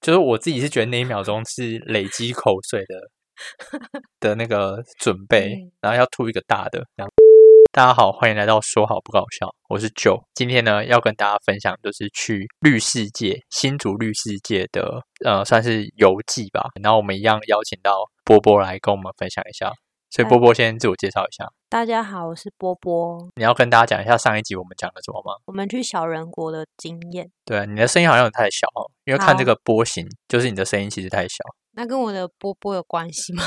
就是我自己是觉得那一秒钟是累积口水 的的那个准备嗯，然后要吐一个大的。然后大家好，欢迎来到说好不搞笑，我是 Joe。今天呢要跟大家分享就是去绿世界新竹绿世界的呃算是游记吧。然后我们一样邀请到波波来跟我们分享一下。所以哎波波先自我介绍一下，大家好，我是波波。你要跟大家讲一下上一集我们讲了什么吗？我们去小人国的经验，对，啊你的声音好像有太小哦，因为看这好个波形，就是你的声音其实太小。那跟我的波波有关系吗？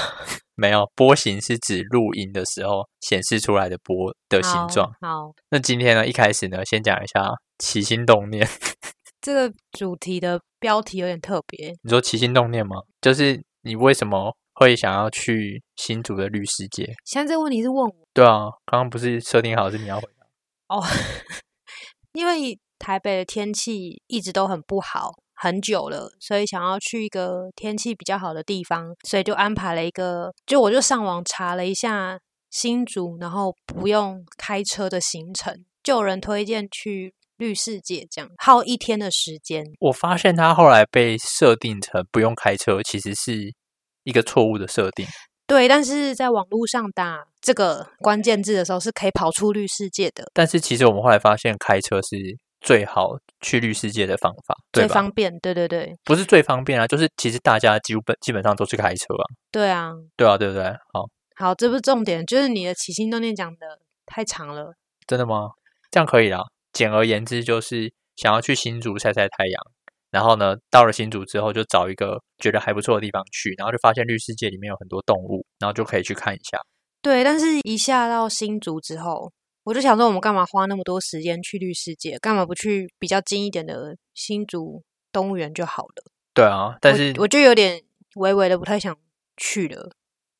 没有，波形是指录音的时候显示出来的波的形好状。好，那今天呢，一开始呢，先讲一下起心动念。 这个主题的标题有点特别，你说起心动念吗？就是你为什么会想要去新竹的绿世界？现在这个问题是问我对啊，刚刚不是设定好是你要回答？哦， 因为台北的天气一直都很不好，很久了，所以想要去一个天气比较好的地方，所以就安排了一个，就我就上网查了一下新竹，然后不用开车的行程，就有人推荐去绿世界，这样耗一天的时间。我发现它后来被设定成不用开车，其实是一个错误的设定。对，但是在网络上打这个关键字的时候，是可以跑出绿世界的，但是其实我们后来发现，开车是最好去绿世界的方法，对最吧？方便。对对对，不是最方便啊，就是其实大家基本基本上都是开车啊。对啊。对啊，对不对？好，好，这不是重点，就是你的起心动念讲的太长了。真的吗？这样可以啦。简而言之，就是想要去新竹晒晒太阳，然后呢，到了新竹之后，就找一个觉得还不错的地方去，然后就发现绿世界里面有很多动物，然后就可以去看一下。对，但是一下到新竹之后，我就想说，我们干嘛花那么多时间去绿世界？干嘛不去比较近一点的新竹动物园就好了？对啊，但是我我就有点微微的不太想去了。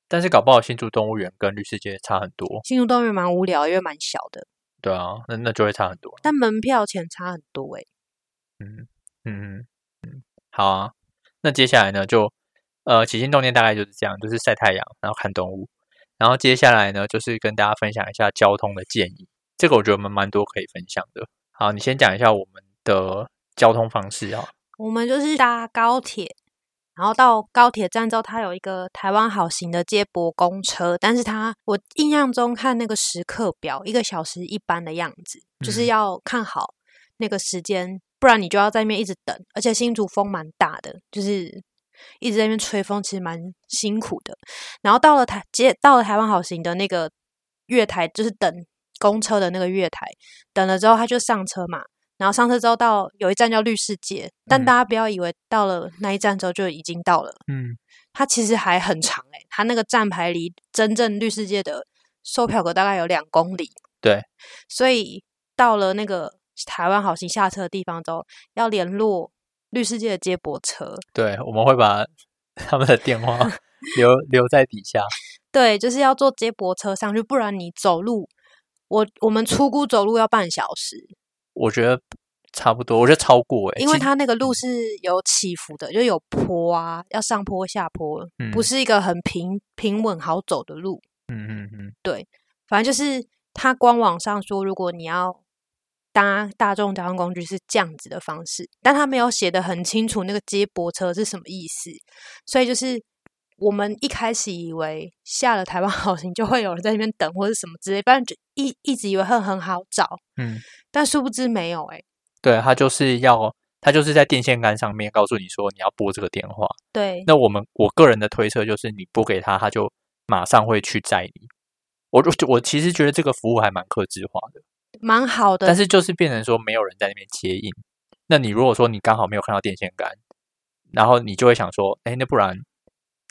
但是搞不好新竹动物园跟绿世界差很多。新竹动物园蛮无聊，因为蛮小的，对啊，那那就会差很多。但门票钱差很多欸诶、嗯嗯嗯，好啊。那接下来呢，就呃起心动念大概就是这样，就是晒太阳，然后看动物。然后接下来呢，就是跟大家分享一下交通的建议。这个我觉得我们蛮多可以分享的。好，你先讲一下我们的交通方式啊。我们就是搭高铁，然后到高铁站之后，它有一个台湾好行的接驳公车，但是它我印象中看那个时刻表，一个小时一班的样子，就嗯是要看好那个时间，不然你就要在那边一直等。而且新竹风蛮大的，就是一直在那边吹风，其实蛮辛苦的。然后到了台接到了台湾好行的那个月台，就是等公车的那个月台，等了之后他就上车嘛。然后上车之后到有一站叫绿世界，但嗯大家不要以为到了那一站之后就已经到了，嗯，它其实还很长诶、它那个站牌离真正绿世界的售票口大概有两公里。对，所以到了那个台湾好行下车的地方之后，要联络绿世界的接驳车。对，我们会把 他们的电 话留留在底下。对，就是要坐接驳车上去，不然你走路，我我们出估走路要半小时，我觉得差不多，我觉得超过诶、欸，因为其实它那个路是有起伏的，就有坡啊，要上坡下坡，不嗯是一个很平平稳好走的路。嗯嗯嗯，反正就是它官网上说，如果你要搭大众交通工具是这样子的方式，但它没有写的很清楚那个接驳车是什么意思，所以就是我们一开始以为下了台湾好行就会有人在那边等或者什么之类，反正就一一直以为会很好找，嗯，但殊不知没有欸诶、对，他就是要他就是在电线杆上面告诉你说你要拨这个电话。对，那我们我个人的推测就是，你拨给他，他就马上会去载你。我就我其实觉得这个服务还蛮克制化的，蛮好的但，是就是变成说没有人在那边接应。那你如果说你刚好没有看到电线杆，然后你就会想说，哎，那不然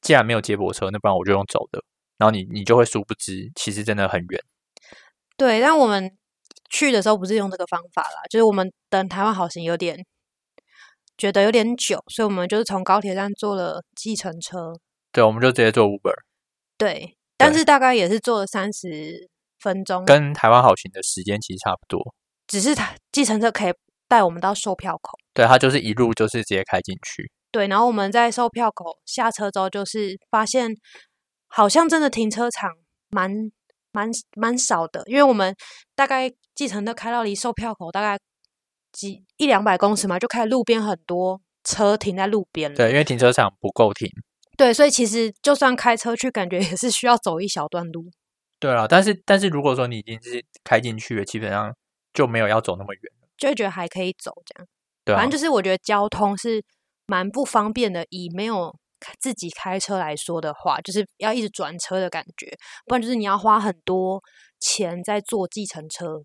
既然没有接驳车，那不然我就用走的。然后你你就会殊不知，其实真的很远。对，但我们去的时候不是用这个方法啦，就是我们等台湾好行有点觉得有点久，所以我们就是从高铁站坐了计程车，对，我们就直接坐 Uber，对，但对是大概也是坐了三十分钟，跟台湾好行的时间其实差不多。只是它计程车可以带我们到售票口，对，他就是一路就是直接开进去。对，然后我们在售票口下车之后，就是发现好像真的停车场蛮蛮蛮少的，因为我们大概计程车开到离售票口大概几一两百公尺嘛，就开始路边很多车停在路边了。对，因为停车场不够停。对，所以其实就算开车去，感觉也是需要走一小段路。对啊，但是但是如果说你已经是开进去了，基本上就没有要走那么远，就会觉得还可以走这样。对啊反正，就是我觉得交通是蛮不方便的，以没有开自己开车来说的话，就是要一直转车的感觉，不然就是你要花很多钱在坐计程车，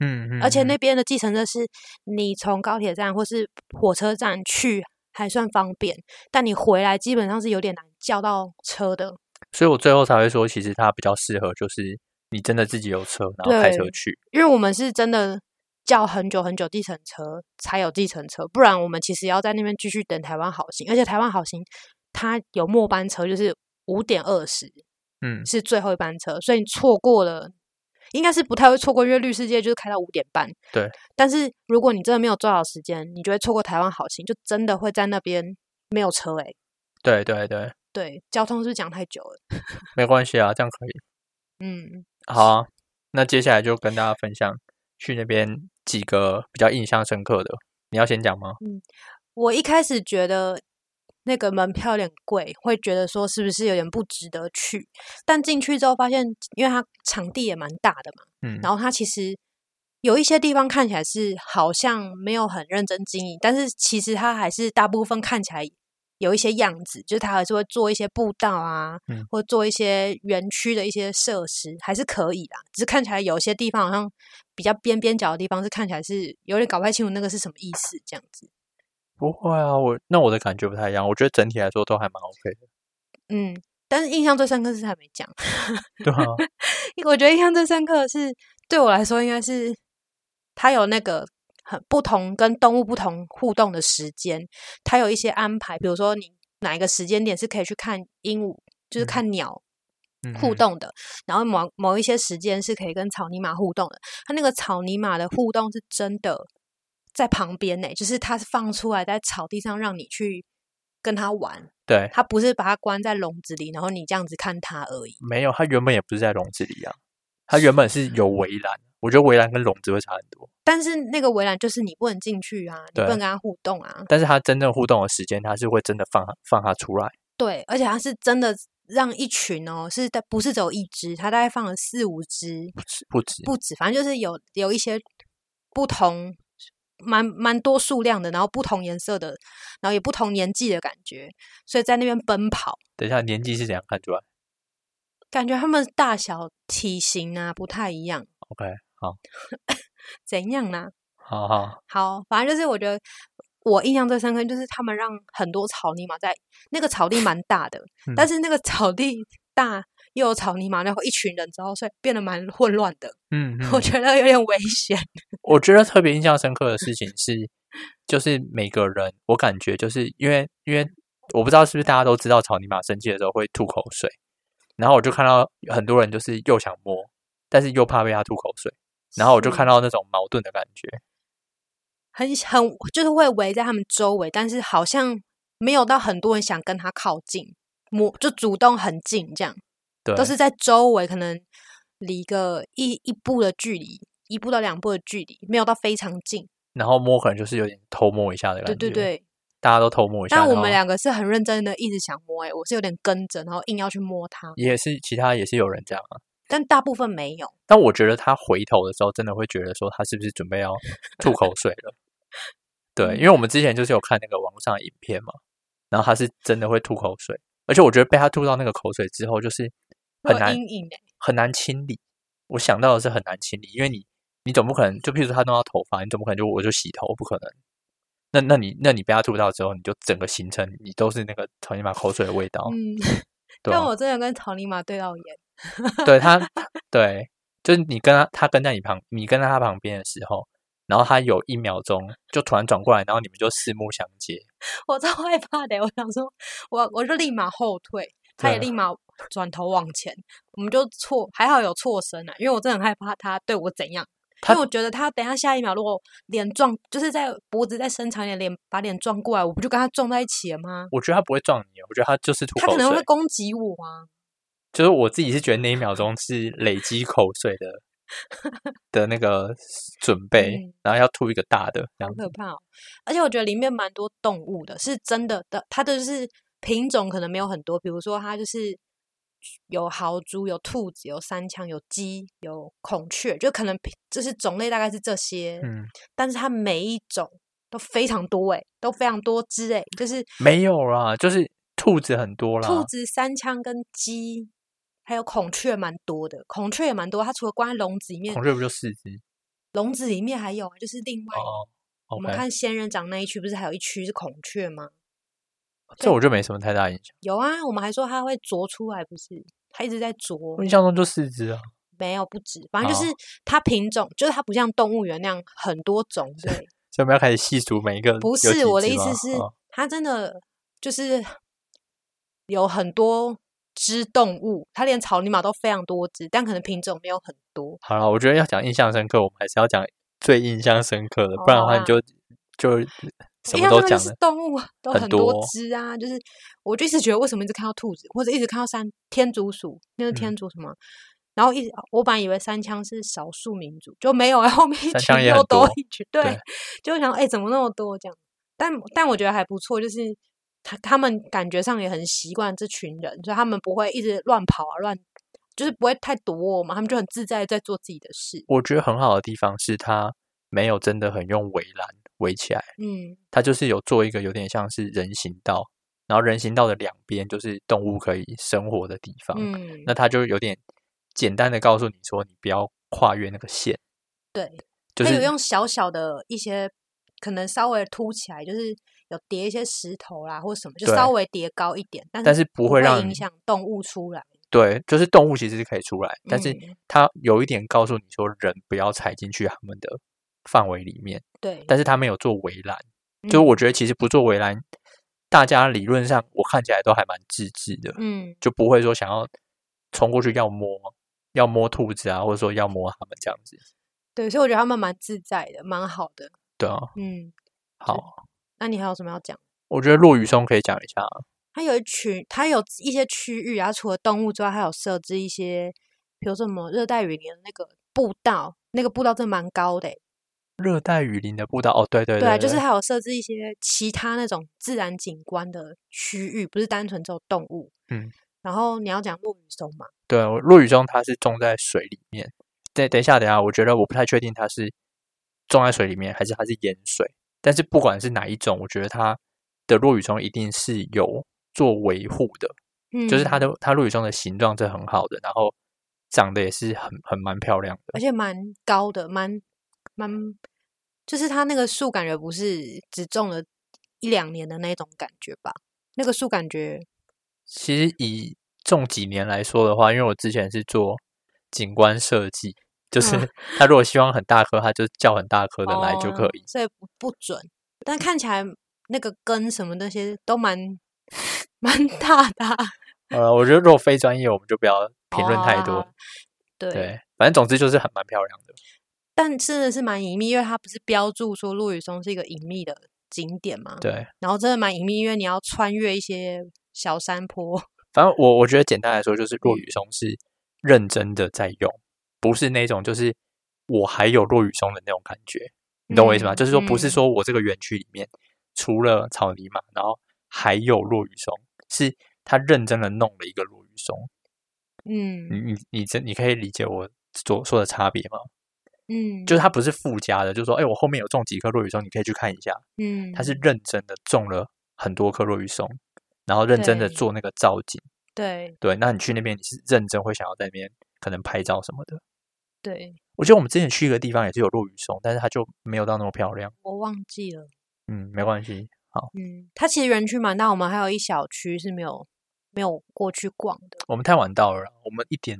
嗯嗯，而且嗯那边的计程车是你从高铁站或是火车站去还算方便，但你回来基本上是有点难叫到车的。所以我最后才会说，其实它比较适合就是你真的自己有车，然后开车对去。因为我们是真的叫很久很久计程车才有计程车，不然我们其实要在那边继续等台湾好行，而且台湾好行它有末班车，就是五点二十嗯，是最后一班车，所以你错过了。应该是不太会错过，因为绿世界就是开到五点半。对。但是如果你真的没有抓好时间，你就会错过台湾好行，就真的会在那边没有车诶、欸对对对，对，交通是不是讲太久了？没关系啊，这样可以。嗯，好啊、那接下来就跟大家分享去那边几个比较印象深刻的。你要先讲吗？我一开始觉得那个门票有点贵，会觉得说是不是有点不值得去。但进去之后发现，因为它场地也蛮大的嘛，嗯，然后它其实有一些地方看起来是好像没有很认真经营，但是其实它还是大部分看起来有一些样子，就是它还是会做一些步道啊，嗯或做一些园区的一些设施，还是可以啦。只是看起来有些地方好像比较边边角的地方是看起来是有点搞不太清楚那个是什么意思这样子。不会啊，我那我的感觉不太一样，我觉得整体来说都还蛮 OK 的。嗯，但是印象最深刻是还没讲。 对啊，我觉得印象最深刻的是对我来说，应该是它有那个很不同跟动物不同互动的时间，它有一些安排，比如说你哪一个时间点是可以去看鹦鹉，就是嗯看鸟嗯互嗯动的，然后某某一些时间是可以跟草泥马互动的。它那个草泥马的互动是真的在旁边呢、就是它是放出来在草地上让你去跟它玩，对，它不是把它关在笼子里，然后你这样子看它而已。没有，它原本也不是在笼子里啊，它原本是有围栏，我觉得围栏跟笼子会差很多。但是那个围栏就是你不能进去啊，你对不能跟他互动啊。但是它真正互动的时间，它是会真的放它放它出来。对，而且它是真的让一群哦，是在不是只有一只，它大概放了四五只，不止，不止，反正就是有有一些不同，蛮蛮多数量的，然后不同颜色的，然后也不同年纪的感觉，所以在那边奔跑，等一下年纪是怎样看出来感觉它们大小、体型啊不太一样， ？OK，怎样啦、好好，好，反正就是我觉得我印象最深刻就是他们让很多草泥马在那个草地蛮大的， 嗯但是那个草地大又有草泥马，然后一群人之后，所以变得蛮混乱的， 嗯，嗯我觉得有点危险。我觉得特别印象深刻的事情是，就是每个人，我感觉就是因为因为我不知道是不是大家都知道草泥马生气的时候会吐口水，然后我就看到很多人就是又想摸，但是又怕被它吐口水， 然后我就看到到那种矛盾的感觉。很很就是会围在他们周围，但是好像没有到很多人想跟他靠近，摸就主动很近这样。对，都是在周围，可能离个一一步的距离，一步到两步的距离，没有到非常近。然后摸可能就是有点偷摸一下的感对觉。对对，大家都偷摸一下。但我然后们两个是很认真的，一直想摸、欸。我是有点跟着，然后硬要去摸它，也是其他也是有人这样啊，但大部分没有。但我觉得他回头的时候，真的会觉得说他是不是准备 要吐口水了？对，因为我嗯们之前就是有看那个网络上的影片嘛，然后他是真的会吐口水，而且我觉得被他吐到那个口水之后，就是很会有难阴影、欸、很难清理。我想到的是很难清理，因为你你总不可能就譬如说他弄到头发，你总不可能就我就洗头，不可能。那那你那你被他吐到之后，你就整个行程你都是那个草泥马口水的味道，嗯，哦 对啊、但我真的跟草泥马对到眼， 对他，对，就是你跟他，他跟在你旁，你跟在他旁边的时候，然后他有一秒钟就突然转过来，然后你们就四目相接，我超害怕的欸、我想说，我我就立马后退，他也对立马转头往前，我们就错，还好有错身啊，因为我真的很害怕他对我怎样。因他为我觉得他等一下下一秒如果脸撞，就是在脖子再伸长一点，脸把脸撞过来，我不就跟他撞在一起了吗？我觉得他不会撞你，我觉得他就是吐他口可能会水，攻击我啊。 就是我自己是觉得那一秒钟是累积口水的的那个准备，嗯然后要吐一个大的，这样好 子可怕哦！而且我觉得里面蛮多动物的，是真的的，它的就是品种可能没有很多，比如说它就是有豪猪、有兔子、有山羌、有鸡、有孔雀，就可能品就是种类大概是这些，嗯，但是它每一种都非常多诶，都非常多只诶，就是没有啦，就是兔子很多啦，兔子、山羌跟鸡。还有孔雀蛮多的，孔雀也蛮多。它除了关在笼子里面孔，雀不就四只？笼子里面还有啊，就是另外、哦我们，OK，看仙人掌那一区，不是还有一区是孔雀吗？这我就没什么太大影响，有啊，我们还说它会啄出来，不是？它一直在啄，我印象中就四只啊，没有不止，反正就哦是它品种，就是它不像动物园那样很多种类。所以我们要开始细数每一个有几只吗。不是我的意思是哦，它真的就是有很多只动物，它连草泥马都非常多只，但可能品种没有很多。好了，我觉得要讲印象深刻，我们还是要讲最印象深刻的，哦不然的好话啊你就就什因么为都它们讲是了。动物啊都很很多多只啊，就是我就一直觉得为什么一直看到兔子，或者一直看到山天竺鼠，那是嗯天竺什么？然后一直我本来以为三枪是少数民族，就没有啊，后 面一三群枪也又很多多一群，对，对就想哎、怎么那么多这样？但但我觉得还不错，就是他他们感觉上也很习惯这群人，所以他们不会一直乱跑啊乱，就是不会太躲我嘛，他们就很自在地在做自己的事。我觉得很好的地方是它没有真的很用围栏围起来，嗯，它就是有做一个有点像是人行道，然后人行道的两边就是动物可以生活的地方，嗯，那它就有点简单的告诉你说你不要跨越那个线，对，就它有是用小小的一些，可能稍微凸起来，就是有叠一些石头啦，或什么，就对稍微叠高一点，但但是是不会让影你响动物出来。对，就是动物其实是可以出来，但是嗯它有一点告诉你说人不要踩进去他们的范围里面，对，但是它没有做围栏，就是嗯我觉得其实不做围栏，大家理论上我看起来都还蛮自制的，嗯，嗯，就不会说想要冲过去要摸要摸兔子啊，或者说要摸它们这样子，对，所以我觉得他们蛮自在的，蛮好的。对啊，嗯，好，那你还有什么要讲？我觉得落雨松可以讲一下啊，它有一群，它有一些区域啊，除了动物之外，还有设置一些，比如说什么热带雨林的那个步道，那个步道真的蛮高的欸、热带雨林的步道哦，对对对啊，对，就是对还有设置一些其他那种自然景观的区域，不是单纯只有动物。嗯，然后你要讲落雨松嘛，对，我落雨松它是种在水里面。等等一下，等一下，我觉得我不太确定它是种在水里面，还是它是淹水。但是不管是哪一种，我觉得它的落雨松一定是有做维护的，嗯，就是它，的它落雨松的形状是很好的，然后长得也是很很蛮漂亮的而。且蛮高的，蛮蛮，就是它那个树感觉不是只种了一两年的那种感觉吧？那个树感觉，其实以种几年来说的话，因为我之前是做景观设计，就是嗯 它如果希望很大棵，它就叫很大棵的来就哦可以。所以不不准，但看起来那个根什么那些都蛮 蛮大的啊、呃，我觉得如果非专业，我们就不要评论哦太好多。啦好啦对，对，反正总之就是很蛮漂亮的。但真的是蛮隐秘，因为它不是标注说落羽松是一个隐秘的景点嘛，对，然后真的蛮隐秘，因为你要穿越一些小山坡， 反正我我觉得简单来说，就是落嗯雨松是认真的在用，不是那种就是我还有落雨松的那种感觉，你懂我意思吗？嗯就是说不是嗯说我这个园区里面除了草泥马，然后还有落雨松，是他认真的弄了一个落雨松。嗯你你你这你可以理解我所说的差别吗？嗯，就是它不是附加的，就是说哎，我后面有种几棵落雨松，你可以去看一下。嗯，他是认真的种了很多棵落羽松，然后认真的对做那个造景。对对，那你去那边你是认真会想要在那边可能拍照什么的。对，我记得我们之前去一个地方也是有落羽松，但是它就没有到那么漂亮。我忘记了，嗯，没关系。嗯，它其实园区蛮大，我们还有一小区是没有没有过去逛的，我们太晚到了啦，我们一点，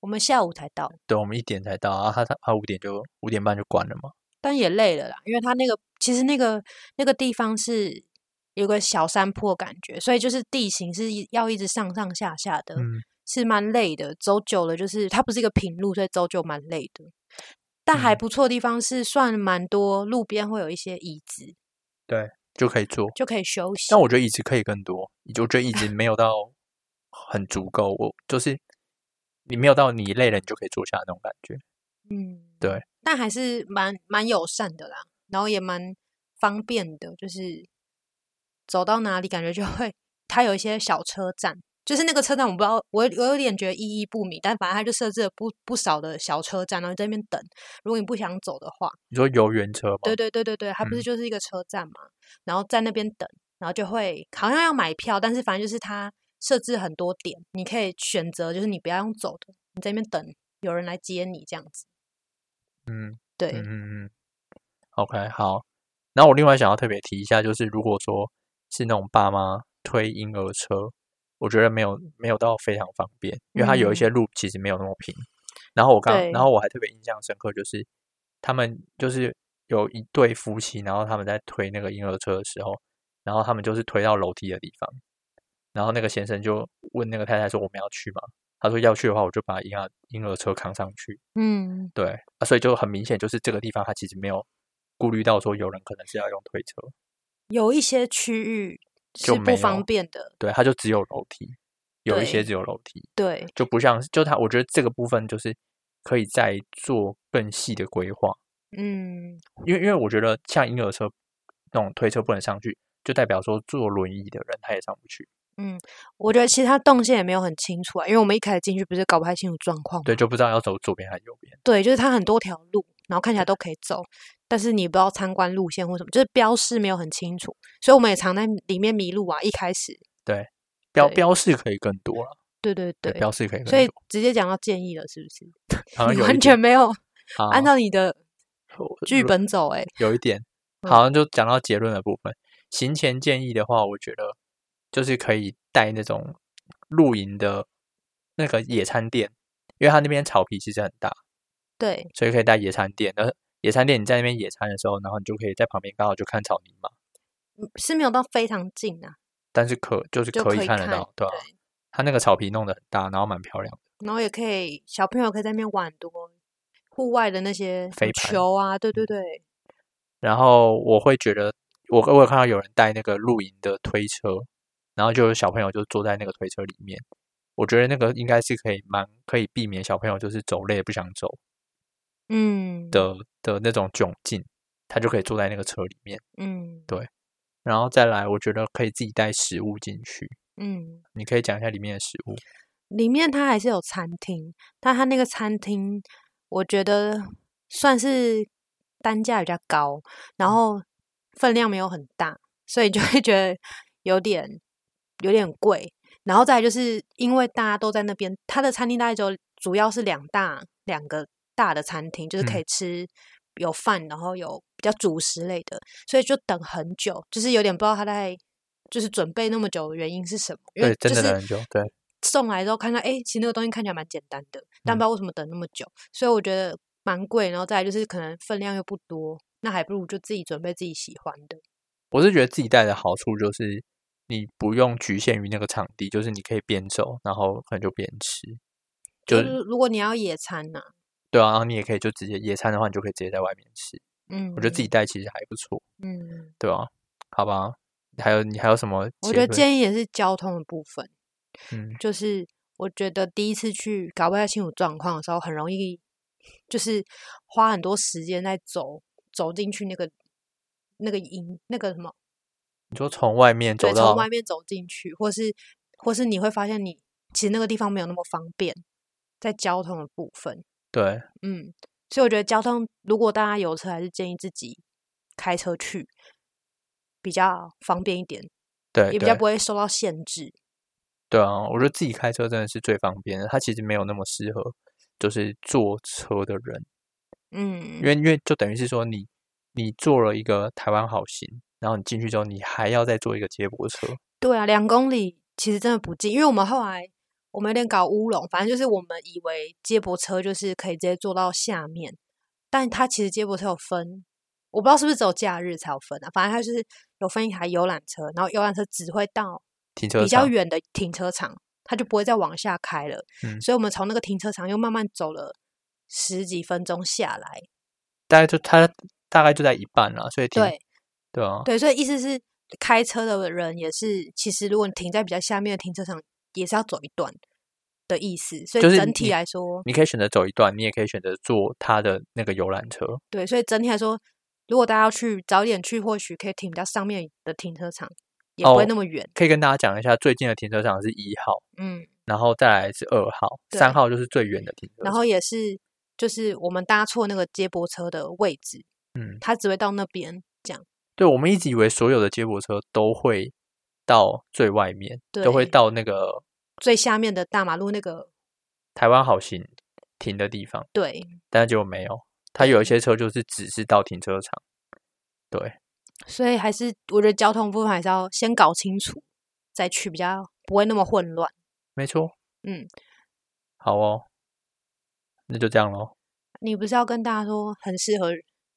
我们下午才到，对，我们一点才到啊。他他他五点就五点半就关了嘛。但也累了啦，因为它那个其实那个那个地方是有个小山坡感觉，所以就是地形是一要一直上上下下的，嗯，是蛮累的，走久了就是它不是一个平路，所以走久蛮累的。但还嗯不错的地方是，算蛮多路边会有一些椅子，就可以做。就可以休息但。我觉得椅子可以更多，我觉得椅子没有到很足够。我就是你没有到你累了你就可以坐下的那种感觉。嗯，对，但还是蛮蛮友善的啦，然后也蛮方便的，就是走到哪里感觉就会，它有一些小车站，就是那个车站我不知道，我我有点觉得意义不明，但反正它就设置了不不少的小车站，然后你在那边等，如果你不想走的话，你说游园车吗？对对对对对，它嗯不是就是一个车站嘛，然后在那边等，然后就会好像要买票，但是反正就是它设置很多点，你可以选择，就是你不要用走的，你在那边等有人来接你这样子。嗯对，嗯嗯嗯。OK，好。然后我另外想要特别提一下，就是如果说是那种爸妈推婴儿车，我觉得没有没有到非常方便，因为它有一些路其实没有那么平。然后我刚，嗯对然后我还特别印象深刻，就是他们就是有一对夫妻，然后他们在推那个婴儿车的时候，然后他们就是推到楼梯的地方，然后那个先生就问那个太太说：“我们要去吗？”他说：“要去的话，我就把婴儿婴儿车扛上去。”嗯，对啊，所以就很明显，就是这个地方它其实没有顾虑到说有人可能是要用推车，有一些区域就是没不有方便的，对，它就只有楼梯，有一些对只有楼梯，对，就不像就它，我觉得这个部分就是可以再做更细的规划，嗯，因为因为我觉得像婴儿车那种推车不能上去，就代表说坐轮椅的人他也上不去，我觉得其实它动线也没有很清楚啊，因为我们一开始进去不是搞不太清楚状况吗，对，就不知道要走左边还是右边，对，就是它很多条路，然后看起来都可以走，但是你不知道参观路线或什么，就是标示没有很清楚，所以我们也常在里面迷路啊。一开始，标对标示可以更多了，对对对，标示可以更多，所以直接讲到建议了，是不是？好像你有一完点全没有好按照你的我剧本走、欸，哎，有一点，嗯好像就讲到结论的部分。行前建议的话，我觉得就是可以带那种露营的那个野餐垫，因为它那边草皮其实很大，对，所以可以带野餐垫。而野餐垫你在那边野餐的时候，然后你就可以在旁边刚好就看草泥马，嗯是没有到非常近啊，但是可就是就可可以以看得看到，对吧、它那个草皮弄得很大，然后蛮漂亮的。然后也可以小朋友可以在那边玩很多户外的那些什飞么盘嗯球啊，对对对，然后我会觉得，我我有看到有人带那个露营的推车，然后就有小朋友就坐在那个推车里面。我觉得那个应该是可以蛮可以避免小朋友就是走累不想走嗯的的那种窘境，他就可以坐在那个车里面。嗯然后再来，我觉得可以自己带食物进去。嗯，你可以讲一下里面的食物，里面它还是有餐厅，但它那个餐厅我觉得算是单价比较高，然后分量没有很大，所以就会觉得有点有点贵。然后再来就是因为大家都在那边，它的餐厅大概就主要是两大两个大的餐厅，就是可嗯以吃有饭，然后有比较主食类的，所以就等很久，就是有点不知道他在就是准备那么久的原因是什么，因为对就真的是等很久对送来之后看到，哎、其实那个东西看起来蛮简单的，但嗯不知道为什么等那么久，所以我觉得蛮贵，然后再来就是可能分量又不多，那还不如就自己准备自己喜欢的，我是觉得自己带的好处就是你不用局限于那个场地，就是你可以边走，然后可能就边吃，就就是如果你要野餐呐、对啊，然后你也可以就直接野餐的话，你就可以直接在外面吃。嗯，我觉得自己带其实还不错，嗯，对吧？好吧，还有你还有什么结论？我觉得建议也是交通的部分，嗯就是我觉得第一次去搞不太清楚状况的时候，很容易就是花很多时间在走走进去那个那个营那个什么，你说从外面走对，到从外面走进去，或是或是你会发现你其实那个地方没有那么方便，在交通的部分，对，嗯，所以我觉得交通如果大家有车，还是建议自己开车去比较方便一点，对也比较对不会受到限制。对啊！我觉得自己开车真的是最方便的，它其实没有那么适合就是坐车的人，因嗯，为因为就等于是说你你坐了一个台湾好行，然后你进去之后你还要再坐一个接驳车，对啊，两公里其实真的不近，因为我们后来我们有点搞乌龙，反正就是我们以为接驳车就是可以直接坐到下面，但它其实接驳车有分，我不知道是不是只有假日才有分啊，反正它就是有分一台游览车，然后游览车只会到停车比较场远的停车场，它就不会再往下开了，嗯所以我们从那个停车场又慢慢走了十几分钟下来，大概就它大概就在一半啦，所以停对，对啊，对，所以意思是开车的人也是，其实如果你停在比较下面的停车场，也是要走一段的意思。所以就是整体你来说，你可以选择走一段，你也可以选择坐它的那个游览车。对，所以整体来说，如果大家要去早点去，或许可以停比较上面的停车场，也不哦会那么远。可以跟大家讲一下，最近的停车场是一号，嗯，然后再来是二号，对三号就是最远的停车然场。后也是就是我们搭错那个接驳车的位置，嗯，它只会到那边这样。对，我们一直以为所有的接驳车都会到最外面，对都会到那个最下面的大马路那个，台湾好行停的地方，对，但是结果没有。它嗯有一些车就是只是到停车场，对，所以还是我觉得交通部分还是要先搞清楚再去，比较不会那么混乱。没错，嗯，好哦，那就这样咯。你不是要跟大家说很适合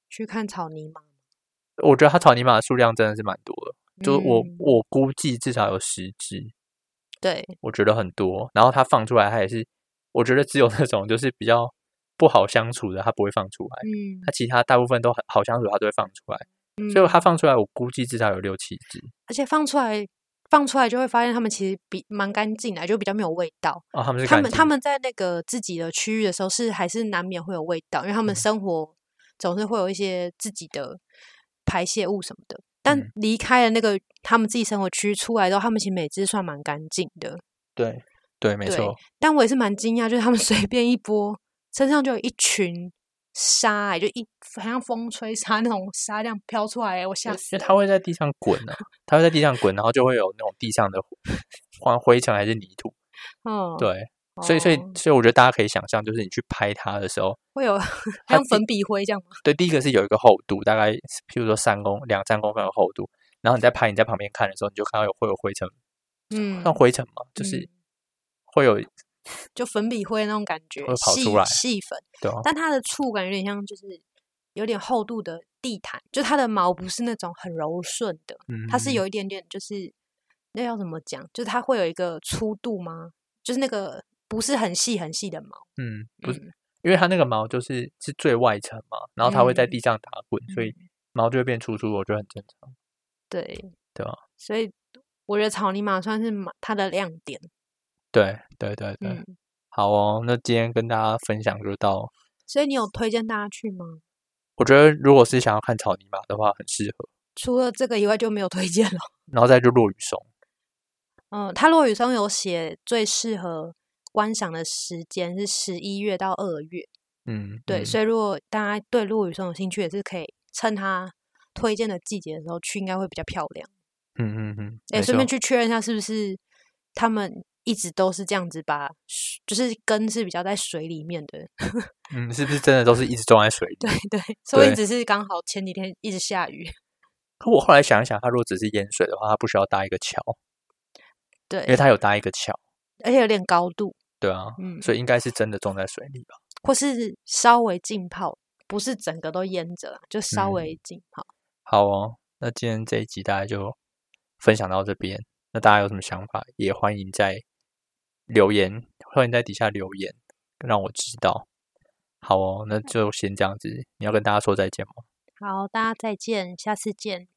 去看草泥马？我觉得它草泥马的数量真的是蛮多的，就我、嗯我估计至少有十只，对，我觉得很多。然后它放出来，它也是，我觉得只有那种就是比较不好相处的，它不会放出来。嗯它其他大部分都很好相处，它都会放出来。嗯，所以它放出来，我估计至少有六七只。而且放出来放出来就会发现它们其实比蛮干净的，就比较没有味道。哦，他们是他干们净他们在那个自己的区域的时候是还是难免会有味道，因为他们嗯生活总是会有一些自己的排泄物什么的。但嗯离开了那个他们自己生活区出来之后，他们其实每只算蛮干净的。对对，没对错，但我也是蛮惊讶，就是他们 随便一拨，身上就有一群沙、欸，就一好像风吹沙那种沙这样飘出来、欸，我因吓为死因为了。它会在地上滚啊，它会在地上滚，然后就会有那种地上的灰灰尘还是泥土。嗯，对，哦，所以所以所以我觉得大家可以想象，就是你去拍它的时候，会有它像自粉笔灰这样吗？对，第一个是有一个厚度，大概譬如说三公两三公分的厚度。然后你在拍，你在旁边看的时候，你就看到有会有灰尘，嗯，算灰尘嘛，就是嗯会有就粉笔灰那种感觉，会跑细出来细粉。对啊，但它的触感有点像，就是有点厚度的地毯，就它的毛不是那种很柔顺的，它是嗯有一点点，就是那要怎么讲？就是它会有一个粗度吗？就是那个不是很细很细的毛，嗯，不是嗯，因为它那个毛就是是最外层嘛，然后它会在嗯地上打滚，所以毛就会变粗粗，我觉得很正常。对对啊，所以我觉得草泥马算是蛮它的亮点，对对对对，嗯，好哦，那今天跟大家分享就到，所以你有推荐大家去吗？我觉得如果是想要看草泥马的话，很适合，除了这个以外就没有推荐了。 然后再就落雨松，嗯，他落雨松有写最适合观赏的时间是十一月到二月，嗯，对，嗯所以如果大家对落雨松有兴趣，也是可以趁它推荐的季节的时候去，应该会比较漂亮。嗯嗯嗯，哎，没顺便错去确认一下是不是他们一直都是这样子把水，就是根是比较在水里面的。嗯，是不是真的都是一直种在水里？ 对 对，所以对只是刚好前几天一直下雨。可我后来想一想，它如果只是淹水的话，它不需要搭一个桥，对因，为它有搭一个桥，而且有点高度，对啊，嗯，所以应该是真的种在水里吧？或是稍微浸泡，不是整个都淹着啦，就稍嗯微浸泡。好哦，那今天这一集大家就分享到这边。那大家有什么想法，也欢迎在留言，欢迎在底下留言，让我知道。好哦，那就先这样子。你要跟大家说再见吗？好，大家再见，下次见。